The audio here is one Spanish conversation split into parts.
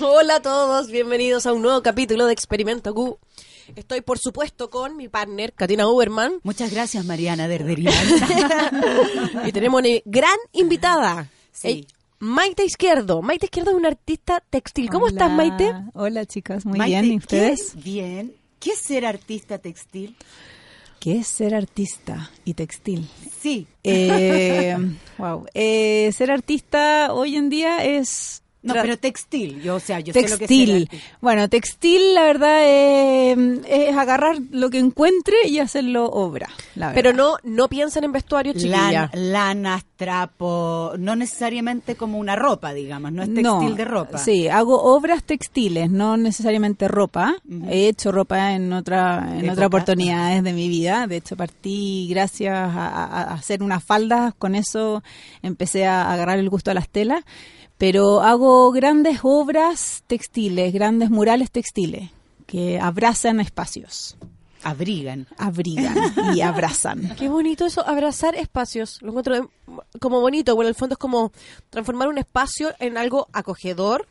Hola a todos, bienvenidos a un nuevo capítulo de Experimento Q. Estoy, por supuesto, con mi partner, Katina Uberman, Muchas gracias, Mariana Derderian. y tenemos una gran invitada, Sí. Ey, Maite Izquierdo. Maite Izquierdo es una artista textil. ¿Cómo estás, Maite? Hola chicas, muy Maite, bien. ¿Y ¿qué ustedes? es bien. ¿Qué es ser artista textil? ¿Qué es ser artista y textil? Sí. Eh, wow. Eh, ser artista hoy en día es No, tra- pero textil. Yo, o sea, yo sé lo que es ser textil. artista. Bueno, textil, la verdad, eh, es agarrar lo que encuentre y hacerlo obra. la Pero verdad. no, no piensan en vestuario, chiquilla. Lan- lanas, trapo, no necesariamente como una ropa, digamos, no es textil No, de ropa. Sí, hago obras textiles, no necesariamente ropa. He hecho ropa en otra en Época. otras oportunidades de mi vida. De hecho, partí gracias a, a- a hacer unas faldas. Con eso empecé a agarrar el gusto a las telas. Pero hago grandes obras textiles, grandes murales textiles que abrazan espacios, Abrigan. abrigan y abrazan. Qué bonito eso, abrazar espacios. Lo encuentro de- como bonito. Bueno, en el fondo es como transformar un espacio en algo acogedor,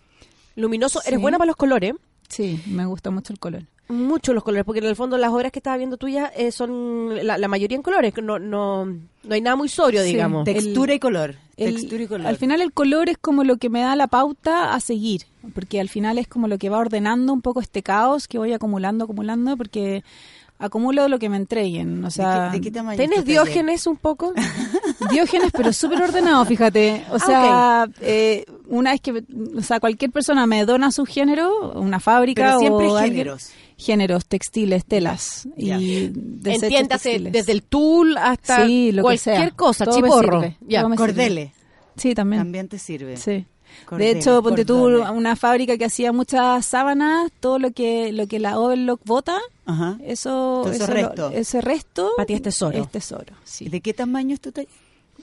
luminoso. Eres Sí. buena para los colores. Sí, me gusta mucho el color. Mucho los colores, porque en el fondo las obras que estaba viendo tuyas eh, son la, la mayoría en colores. No, no, no hay nada muy sobrio, Sí, digamos. te- Textura y color. El- textura y color. Al final el color es como lo que me da la pauta a seguir, porque al final es como lo que va ordenando un poco este caos que voy acumulando, acumulando, porque acumulo lo que me entreguen. ¿De O qué- sea, ¿De, qué, tamaño es ¿Tenés este tu taller? diógenes un poco? Diógenes, pero súper ordenado, fíjate. Ah, O sea, eh, una vez que, o sea, cualquier persona me dona su género, una fábrica Pero siempre o alguien- géneros. géneros, textiles, telas y Ya. desechos Entiéndase, textiles. desde el tul hasta Sí, lo que cualquier sea. cosa, Todo me chiporro. sirve. Ya. Todo me sirve. Cordeles. Sí, también. También te sirve. Sí. Cordeles, de hecho, ponte tú cordones. una fábrica que hacía muchas sábanas, todo lo que lo que la Overlock bota, Ajá. Eh, eso, Todo eso eso lo- resto. ese resto Pa' ti es tesoro. es tesoro, sí. ¿Y ¿De qué tamaño es tu taller?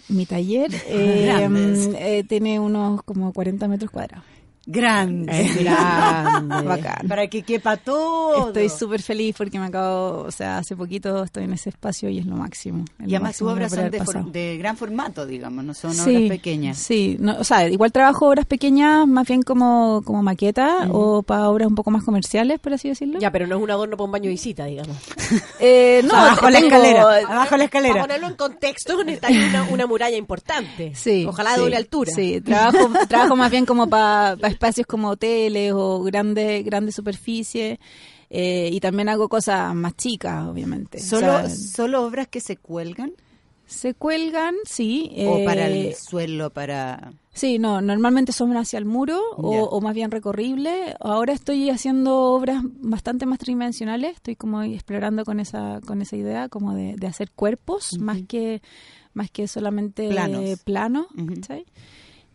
Mi taller eh, Grandes. mm, eh, tiene unos como 40 metros cuadrados. Grande. grande. Bacán. Para que quepa todo. Estoy súper feliz porque me acabo, o sea, hace poquito estoy en ese espacio y es lo máximo. es lo Y además tus máximo que obras me puede son de, haber for- pasado. de gran formato, digamos, no son Sí, obras pequeñas. Sí, no, o sea, igual trabajo obras pequeñas, más bien como, como maqueta o para obras un poco más comerciales, por así decirlo. Ya, pero no es un adorno para un baño de visita, digamos. Eh, no, eh, abajo la tengo- escalera, abajo Para la escalera. ponerlo en contexto, hay una, una muralla importante. Sí, Ojalá de sí, doble altura. Sí, trabajo, trabajo más bien como para espacios como hoteles o grandes grandes superficies eh, y también hago cosas más chicas, obviamente. O Solo, sea, solo obras que se cuelgan se cuelgan, sí. o eh, para el suelo, para Sí, no, normalmente son hacia el muro o, Ya. o más bien recorrible. Ahora estoy haciendo obras bastante más tridimensionales, estoy como explorando con esa con esa idea como de, de hacer cuerpos más que más que solamente Planos. plano, Ujú. ¿cachai?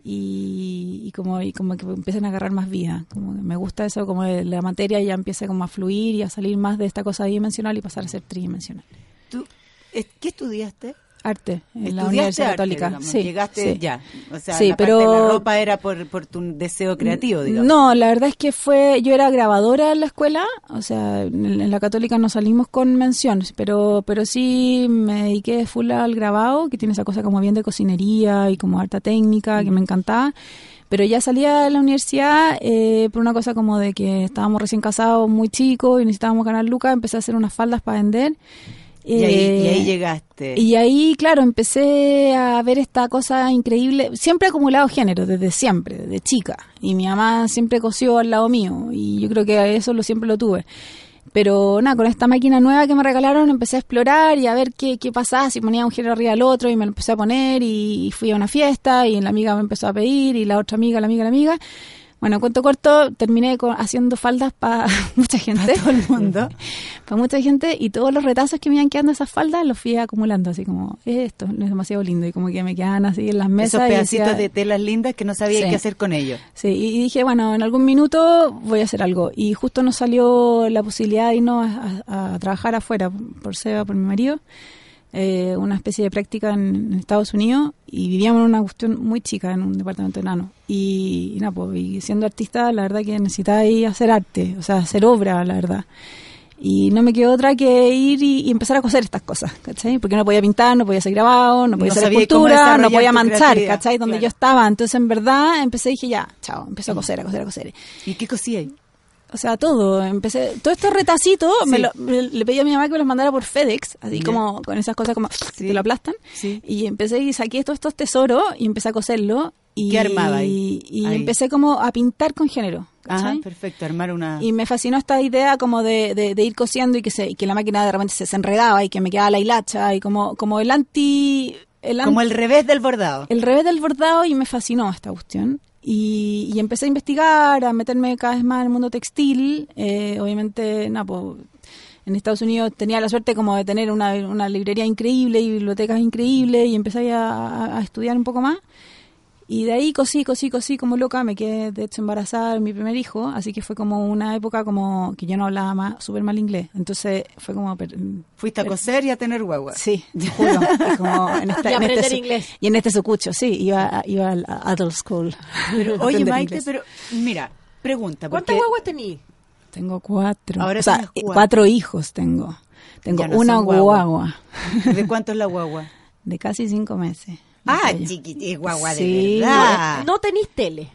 Y, y como y como que empiezan a agarrar más vida, como que me gusta eso como de la materia ya empieza como a fluir y a salir más de esta cosa dimensional y pasar a ser tridimensional. ¿Tú es- qué estudiaste? Arte en la Estudiaste Universidad arte, Católica. digamos, sí, llegaste sí. ya. O sea, Sí, la parte pero- de la ropa era por, por tu deseo creativo, digamos. No, la verdad es que fue, yo era grabadora en la escuela, o sea, en en la católica no salimos con menciones, pero, pero sí me dediqué full al grabado, que tiene esa cosa como bien de cocinería y como harta técnica, Mm. que me encantaba. Pero ya salía de la universidad eh, por una cosa como de que estábamos recién casados, muy chicos, y necesitábamos ganar lucas, empecé a hacer unas faldas para vender. Y ahí, y ahí Eh, llegaste. y ahí, claro, empecé a ver esta cosa increíble. Siempre he acumulado género, desde siempre, desde chica. Y mi mamá siempre cosió al lado mío. Y yo creo que eso lo siempre lo tuve. Pero nada, con esta máquina nueva que me regalaron empecé a explorar y a ver qué, qué pasaba, si ponía un género arriba del otro y me lo empecé a poner y, fui a una fiesta y la amiga me empezó a pedir y la otra amiga, la amiga, la amiga. Bueno, cuento corto, terminé co- haciendo faldas para mucha gente. todo el mundo. para Pues mucha gente y todos los retazos que me iban quedando de esas faldas los fui acumulando, así como, "Eh, esto no es demasiado lindo y como que me quedaban así en las mesas. Esos y pedacitos decía- de telas lindas que no sabía Sí. qué hacer con ellos. Sí, y y dije, bueno, en algún minuto voy a hacer algo. Y justo nos salió la posibilidad de irnos a, a- a trabajar afuera por Seba, por mi marido, eh, una especie de práctica en, en Estados Unidos y vivíamos en una cuestión muy chica, en un departamento enano. Y, y nada, pues, y siendo artista, la verdad que necesitáis hacer arte, o sea, hacer obra, la verdad. Y no me quedó otra que ir y, y empezar a coser estas cosas, ¿cachai? Porque no podía pintar, no podía hacer grabado, no podía No hacer sabía cómo escultura, no desarrollar podía tu manchar, creatividad, ¿cachai? Donde claro. yo estaba. Entonces, en verdad, empecé y dije, ya, chao, empecé a coser, a coser, a coser. ¿Y qué cosía ahí? O sea, todo. Empecé, todos estos retacitos me Sí. lo- me- le pedí a mi mamá que me los mandara por FedEx, así Ya. como con esas cosas como Sí. que lo aplastan. Sí. Y empecé y saqué todos estos tesoros y empecé a coserlo. Y, ¿Qué armaba ahí? Y Ahí. empecé como a pintar con género. Ajá, ¿cachai? Ah, perfecto, armar una... Y me fascinó esta idea como de, de- de ir cosiendo y que se, y que la máquina de repente se, se enredaba y que me quedaba la hilacha y como, como el anti... El Como el revés del bordado. el revés del bordado y me fascinó esta cuestión. Y, y empecé a investigar, a meterme cada vez más en el mundo textil. Eh, obviamente, na, po, en Estados Unidos tenía la suerte como de tener una, una librería increíble y bibliotecas increíbles y empecé ahí a, a- a estudiar un poco más. Y de ahí cosí, cosí, cosí como loca, me quedé de hecho embarazada de mi primer hijo, así que fue como una época como que yo no hablaba más, súper mal inglés. Entonces fue como per- Fuiste a coser y a tener guagua. Sí, te juro. Y como en esta- Y en este aprender su- inglés. Y en este sucucho, sí, iba, a- iba al a- adult school. Oye, Aprender Maite, inglés. pero mira, pregunta. ¿Cuántas porque- guaguas tení? Tengo cuatro. Ahora o sea, tienes eh, cuatro. cuatro hijos tengo. Tengo Ya no una son guagua. guagua ¿De cuánto es la guagua? de casi cinco meses. Ah, Yo. chiquitita, guagua Sí. de Ah. verdad. No tenís tele.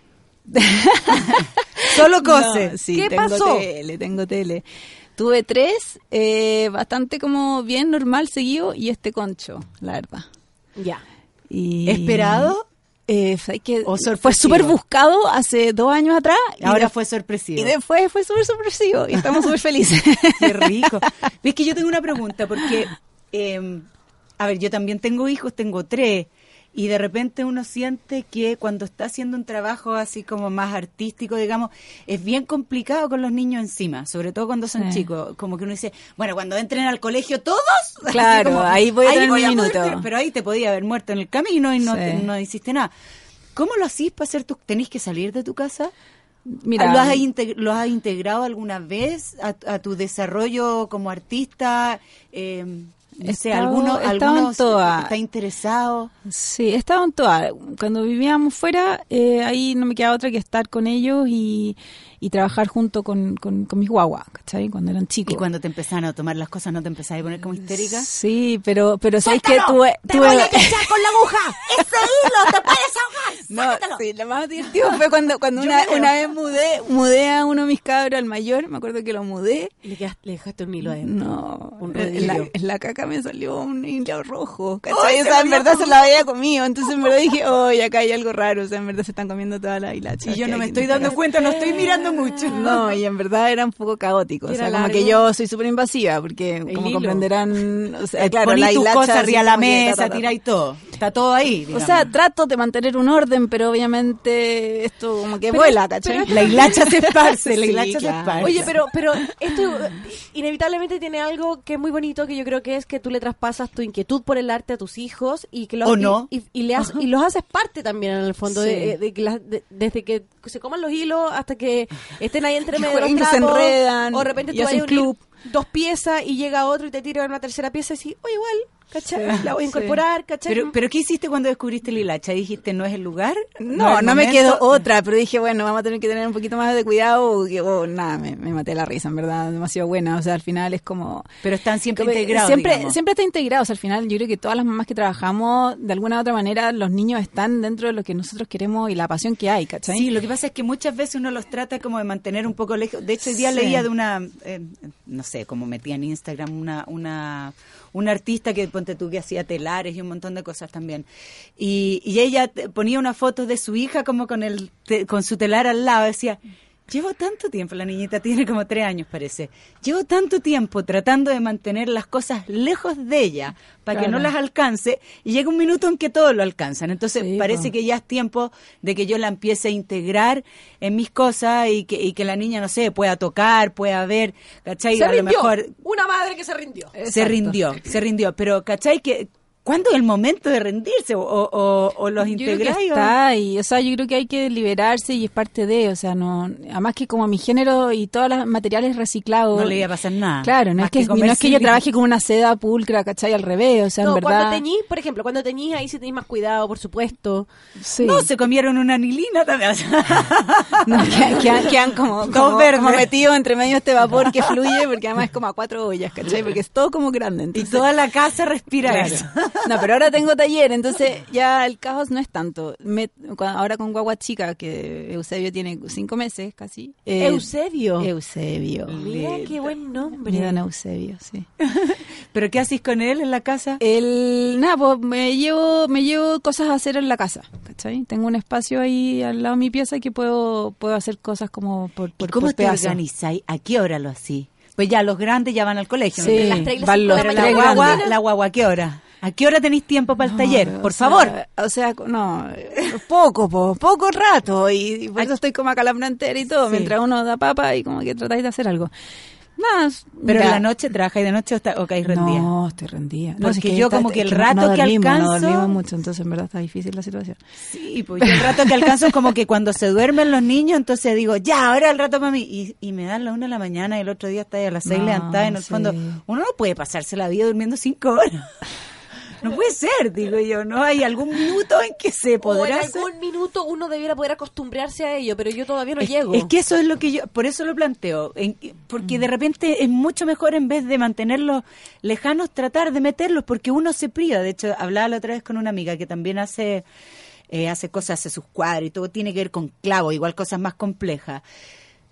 Solo cose. No, sí, ¿Qué tengo pasó? tele, tengo tele. Tuve tres, eh, bastante como bien normal seguido, y este concho, la verdad. Ya. Y- ¿Esperado? Eh, fue que ¿O fue sorpresivo? súper buscado hace dos años atrás. y Ahora de- fue sorpresivo. Y después fue súper sorpresivo y estamos súper felices. Qué rico. Es que yo tengo una pregunta, porque, eh, a ver, yo también tengo hijos, tengo tres, y de repente uno siente que cuando está haciendo un trabajo así como más artístico, digamos, es bien complicado con los niños encima, sobre todo cuando son Sí. chicos. Como que uno dice, bueno, cuando entren al colegio todos, así Claro, ahí voy a tener mi poder minuto. tener- pero ahí te podía haber muerto en el camino y no, Sí. te- no hiciste nada. ¿Cómo lo hacís para hacer tus... ¿Tenés que salir de tu casa? Mira, ¿Lo has, integ- lo has integrado alguna vez a, a tu desarrollo como artista? Eh, no sé, Estaba- ¿alguno, estaba alguno en toda. está interesado? sí, estaban todas. Cuando vivíamos fuera, eh, ahí no me quedaba otra que estar con ellos y, y trabajar junto con, con, con mis guaguas, ¿cachai? Cuando eran chicos. Y cuando te empezaron a tomar las cosas, ¿no te empezaste a poner como histérica? Sí, pero, pero sabes que tuve... tuve- con la aguja! ¡Ese hilo! ¡Te puedes ahogar! No, sí, lo más divertido fue cuando, cuando una, una vez mudé, mudé a uno de mis cabros, al mayor, me acuerdo que lo mudé. Le, quedas- le dejaste un hilo adentro. No, Un en la, rodillo. en la caca me salió un hilo rojo, ¿cachai? O sea, en verdad se la había comido, entonces en verdad dije, oye, acá hay algo raro, o sea, en verdad se están comiendo toda la hilacha. Y yo no me estoy dando cuenta, no estoy mirando mucho. No, y en verdad era un poco caótico, o Era sea, como largo. que yo soy súper invasiva, porque como hilo. comprenderán, o sea, claro, Poní la tus hilacha... cosas así arriba de la como que ta, mesa, ta, ta, ta. tiráis todo. Está todo ahí. O digamos. sea, trato de mantener un orden, pero obviamente esto como que Pero- vuela, ¿cachai? pero- la hilacha se esparce, la Sí, hilacha se claro. esparce. Oye, pero, pero esto inevitablemente tiene algo que es muy bonito, que yo creo que es que tú le traspasas tu inquietud por el arte a tus hijos y que los, ¿O no? y, y- y le has- y los haces parte también en el fondo, Sí. de- eh, de que las- de- desde que se coman los hilos hasta que estén ahí entre Que medio de los jueguen, que se trapos, enredan, o de repente y tú vas a hacen unir club. dos piezas y llega otro y te tira una tercera pieza y decís, oye, igual, ¿cachai? Sí, la voy a sí. incorporar, ¿cachai? Pero, pero ¿qué hiciste cuando descubriste el hilacha? ¿Dijiste no es el lugar? No, no, es me momento"? quedó otra, pero dije, bueno, vamos a tener que tener un poquito más de cuidado. porque, oh, nada, me, me maté la risa, en verdad, demasiado buena. O sea, al final es como. Pero están siempre como- integrados. siempre, digamos. siempre está integrado. O sea, al final yo creo que todas las mamás que trabajamos, de alguna u otra manera, los niños están dentro de lo que nosotros queremos y la pasión que hay, ¿cachai? Sí, lo que pasa es que muchas veces uno los trata como de mantener un poco lejos. De hecho, hoy día Sí. leía de una, eh, no sé, como metía en Instagram una, una, una artista que ponte tú que hacía telares y un montón de cosas también. Y, y ella te- ponía una foto de su hija como con el, te- con su telar al lado, decía. Llevo tanto tiempo, la niñita tiene como tres años parece, llevo tanto tiempo tratando de mantener las cosas lejos de ella para que Claro. no las alcance y llega un minuto en que todos lo alcanzan. Entonces Sí, parece po. que ya es tiempo de que yo la empiece a integrar en mis cosas y que, y que la niña, no sé, pueda tocar, pueda ver, ¿cachai? Se a lo rindió. mejor Una madre que se rindió. se rindió, se rindió. Pero, ¿cachai? Que, ¿Cuándo es el momento de rendirse? ¿O, o- o los Yo creo que integráis? o- está ahí, o sea, yo creo que hay que liberarse y es parte de, o sea, no, además que como mi género y todos los materiales reciclados. No le iba a pasar nada. Claro, no Más es que, que no es que yo comercial. trabaje con una seda pulcra, ¿cachai? Al revés, o sea, no, en cuando verdad. teñís, por ejemplo, cuando teñís ahí sí tenéis más cuidado, por supuesto. sí. No, se comieron una anilina también. No, que- que- quedan como, Todo como, verde. como metido entre medio este vapor que fluye, porque además es como a cuatro ollas, ¿cachai? Porque es todo como grande. y Entonces, toda la casa respira Claro. eso. No, pero ahora tengo taller, entonces ya el caos no es tanto. Me- cu- ahora con guagua chica, que Eusebio tiene cinco meses casi. eh, Eusebio. Eusebio. Mira qué buen Mi don nombre. Eusebio, sí. ¿Pero qué haces con él en la casa? El, nada, pues me llevo, me llevo cosas a hacer en la casa, ¿cachai? Tengo un espacio ahí al lado de mi pieza que puedo, puedo hacer cosas como por, por, ¿Cómo por te pues, pedazo. organizáis? ¿A qué hora lo hacís? Pues ya, los grandes ya van al colegio. Sí, Las tres y las van cinco los de la Pero la tres mañana. guagua, grandes. la guagua, ¿a qué hora? ¿A qué hora tenéis tiempo para el taller? No, Por o sea, favor. O sea, no, poco, po, poco rato. Y, y por eso estoy como acalambrada entera y todo, Sí. mientras uno da papa y como que tratáis de hacer algo. Más. Pero en ya. la noche trabajáis de noche o, está, o caís rendida. No, estoy rendida. No, Porque si es yo está- como que es el no- rato no que dormimos, alcanzo- No dormimos mucho, entonces en verdad está difícil la situación. Sí, pues yo el rato que alcanzo es como que cuando se duermen los niños, entonces digo, ya, ahora el rato para mí. Y, y me dan la una de la mañana y el otro día está a las seis No, levantada. En el sí. fondo, uno no puede pasarse la vida durmiendo cinco horas. No puede ser, digo yo, ¿no? Hay algún minuto en que se O en podrá hacer. algún minuto uno debiera poder acostumbrarse a ello, pero yo todavía no Es- llego. Mm. Es que eso es lo que yo, por eso lo planteo, en- porque de repente es mucho mejor en vez de mantenerlos lejanos, tratar de meterlos, porque uno se priva. De hecho, hablaba la otra vez con una amiga que también hace, eh, hace cosas, hace sus cuadros y todo tiene que ver con clavo, igual cosas más complejas.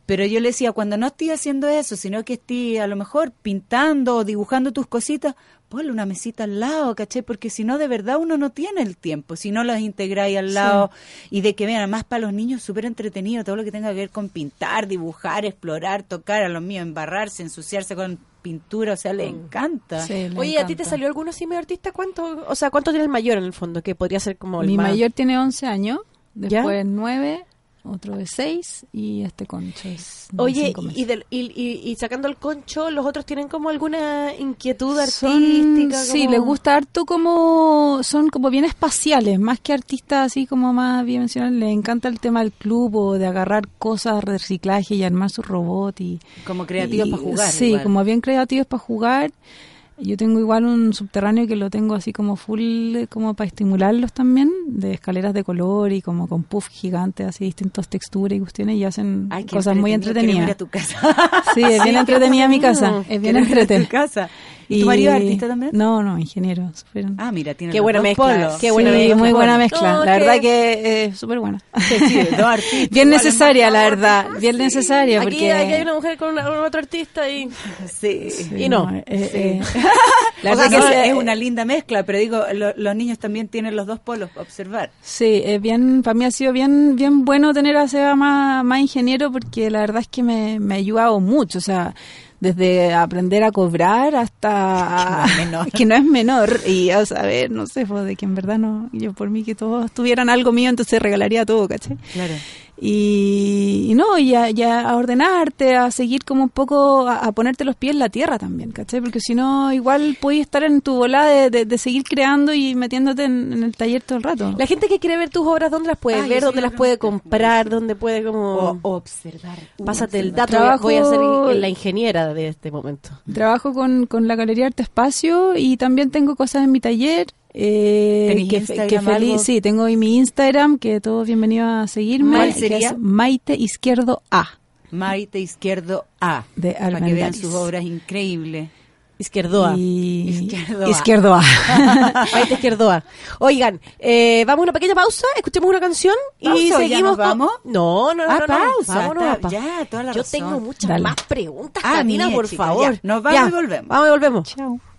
Pero yo le decía, cuando no estoy haciendo eso, sino que estoy a lo mejor pintando o dibujando tus cositas, ponle una mesita al lado, ¿caché? Porque si no, de verdad uno no tiene el tiempo, si no los integráis al lado y de que vean, además para los niños súper entretenido todo lo que tenga que ver con pintar, dibujar, explorar, tocar, a los míos, embarrarse, ensuciarse con pintura, o sea, Mm. les encanta. Oye, ¿a ti te salió alguno así medio artista? ¿Cuánto, o sea, cuánto tiene el mayor en el fondo? Que podría ser como el Mi más- mayor tiene 11 años, ¿Ya? después 9, otro de 6 y este concho es de Oye, cinco meses. y, del- y, y- y sacando el concho, ¿los otros tienen como alguna inquietud Son- artística? Sí, como- les gusta harto como son como bien espaciales, más que artistas así como más bien mencionan, les encanta el tema del club o de agarrar cosas, reciclaje y armar su robot y Como creativos y- para jugar. Sí, igual. como bien creativos para jugar. Yo tengo igual un subterráneo que lo tengo así como full, eh, como para estimularlos también, de escaleras de color y como con puff gigantes, así distintas texturas y cuestiones y hacen Ay, qué cosas muy entretenido, entretenidas. quiero ir a tu casa. Sí, es bien entretenida mi casa, entretenido. es bien Quiero ir a tu entretenida. casa. ¿Y tu marido es artista también? No, no, ingeniero. súper- Ah, mira, tiene Qué los buena dos mezcla, polos. qué buena Sí, mezcla. muy buena mezcla. No, la que- verdad que es súper buena. Sí, dos artistas. Igual es Bien necesaria, más la verdad. Bien necesaria. Aquí, porque... aquí hay una mujer con, una- con otro artista y... Sí. Sí, y no. eh, eh, La O sea, verdad que no, es eh, una linda mezcla, pero digo, lo- los niños también tienen los dos polos, observar. Sí, eh, bien, para mí ha sido bien, bien bueno tener a Seba más, más ingeniero porque la verdad es que me, me ha ayudado mucho, o sea, desde aprender a cobrar hasta Que no es menor. que no es menor y a saber, no sé, pues, de que en verdad no, yo por mí que todos tuvieran algo mío, entonces regalaría todo, ¿cachai? Claro. Y, y no, y a, y a- a ordenarte, a seguir como un poco, a, a ponerte los pies en la tierra también, ¿cachai? Porque si no, igual puedes estar en tu bola de, de- de seguir creando y metiéndote en, en el taller todo el rato. La gente que quiere ver tus obras, ¿dónde las puede Ah, yo ver? sí ¿Dónde lo las puede pregunté. comprar? ¿Dónde puede como...? O Oh, observar. Pásate el dato, uh, Trabajo- voy a ser in- la ingeniera de este momento. Trabajo con, con la Galería Arte Espacio y también tengo cosas en mi taller. eh, ¿Tenés que, Instagram que feliz, algo? sí, tengo ahí mi Instagram, que todos bienvenidos a seguirme. ¿Cuál que sería? es Maite Izquierdo A. Maite Izquierdo A. De para que vean Armendáriz. sus obras increíbles. Izquierdoa. Y- Izquierdo A. Izquierdo A. Maite Izquierdoa. Oigan, eh, vamos a una pequeña pausa, escuchemos una canción y ¿Pausa o ya seguimos. nos con- vamos? No, no, no. no, Ah, no. pausa, Vámonos está- a pa- ya, toda la Yo razón. tengo muchas Dale. más preguntas, Ah, Katina, mía, por chica, favor. ya. Nos vamos y volvemos. Vamos y volvemos. Chao.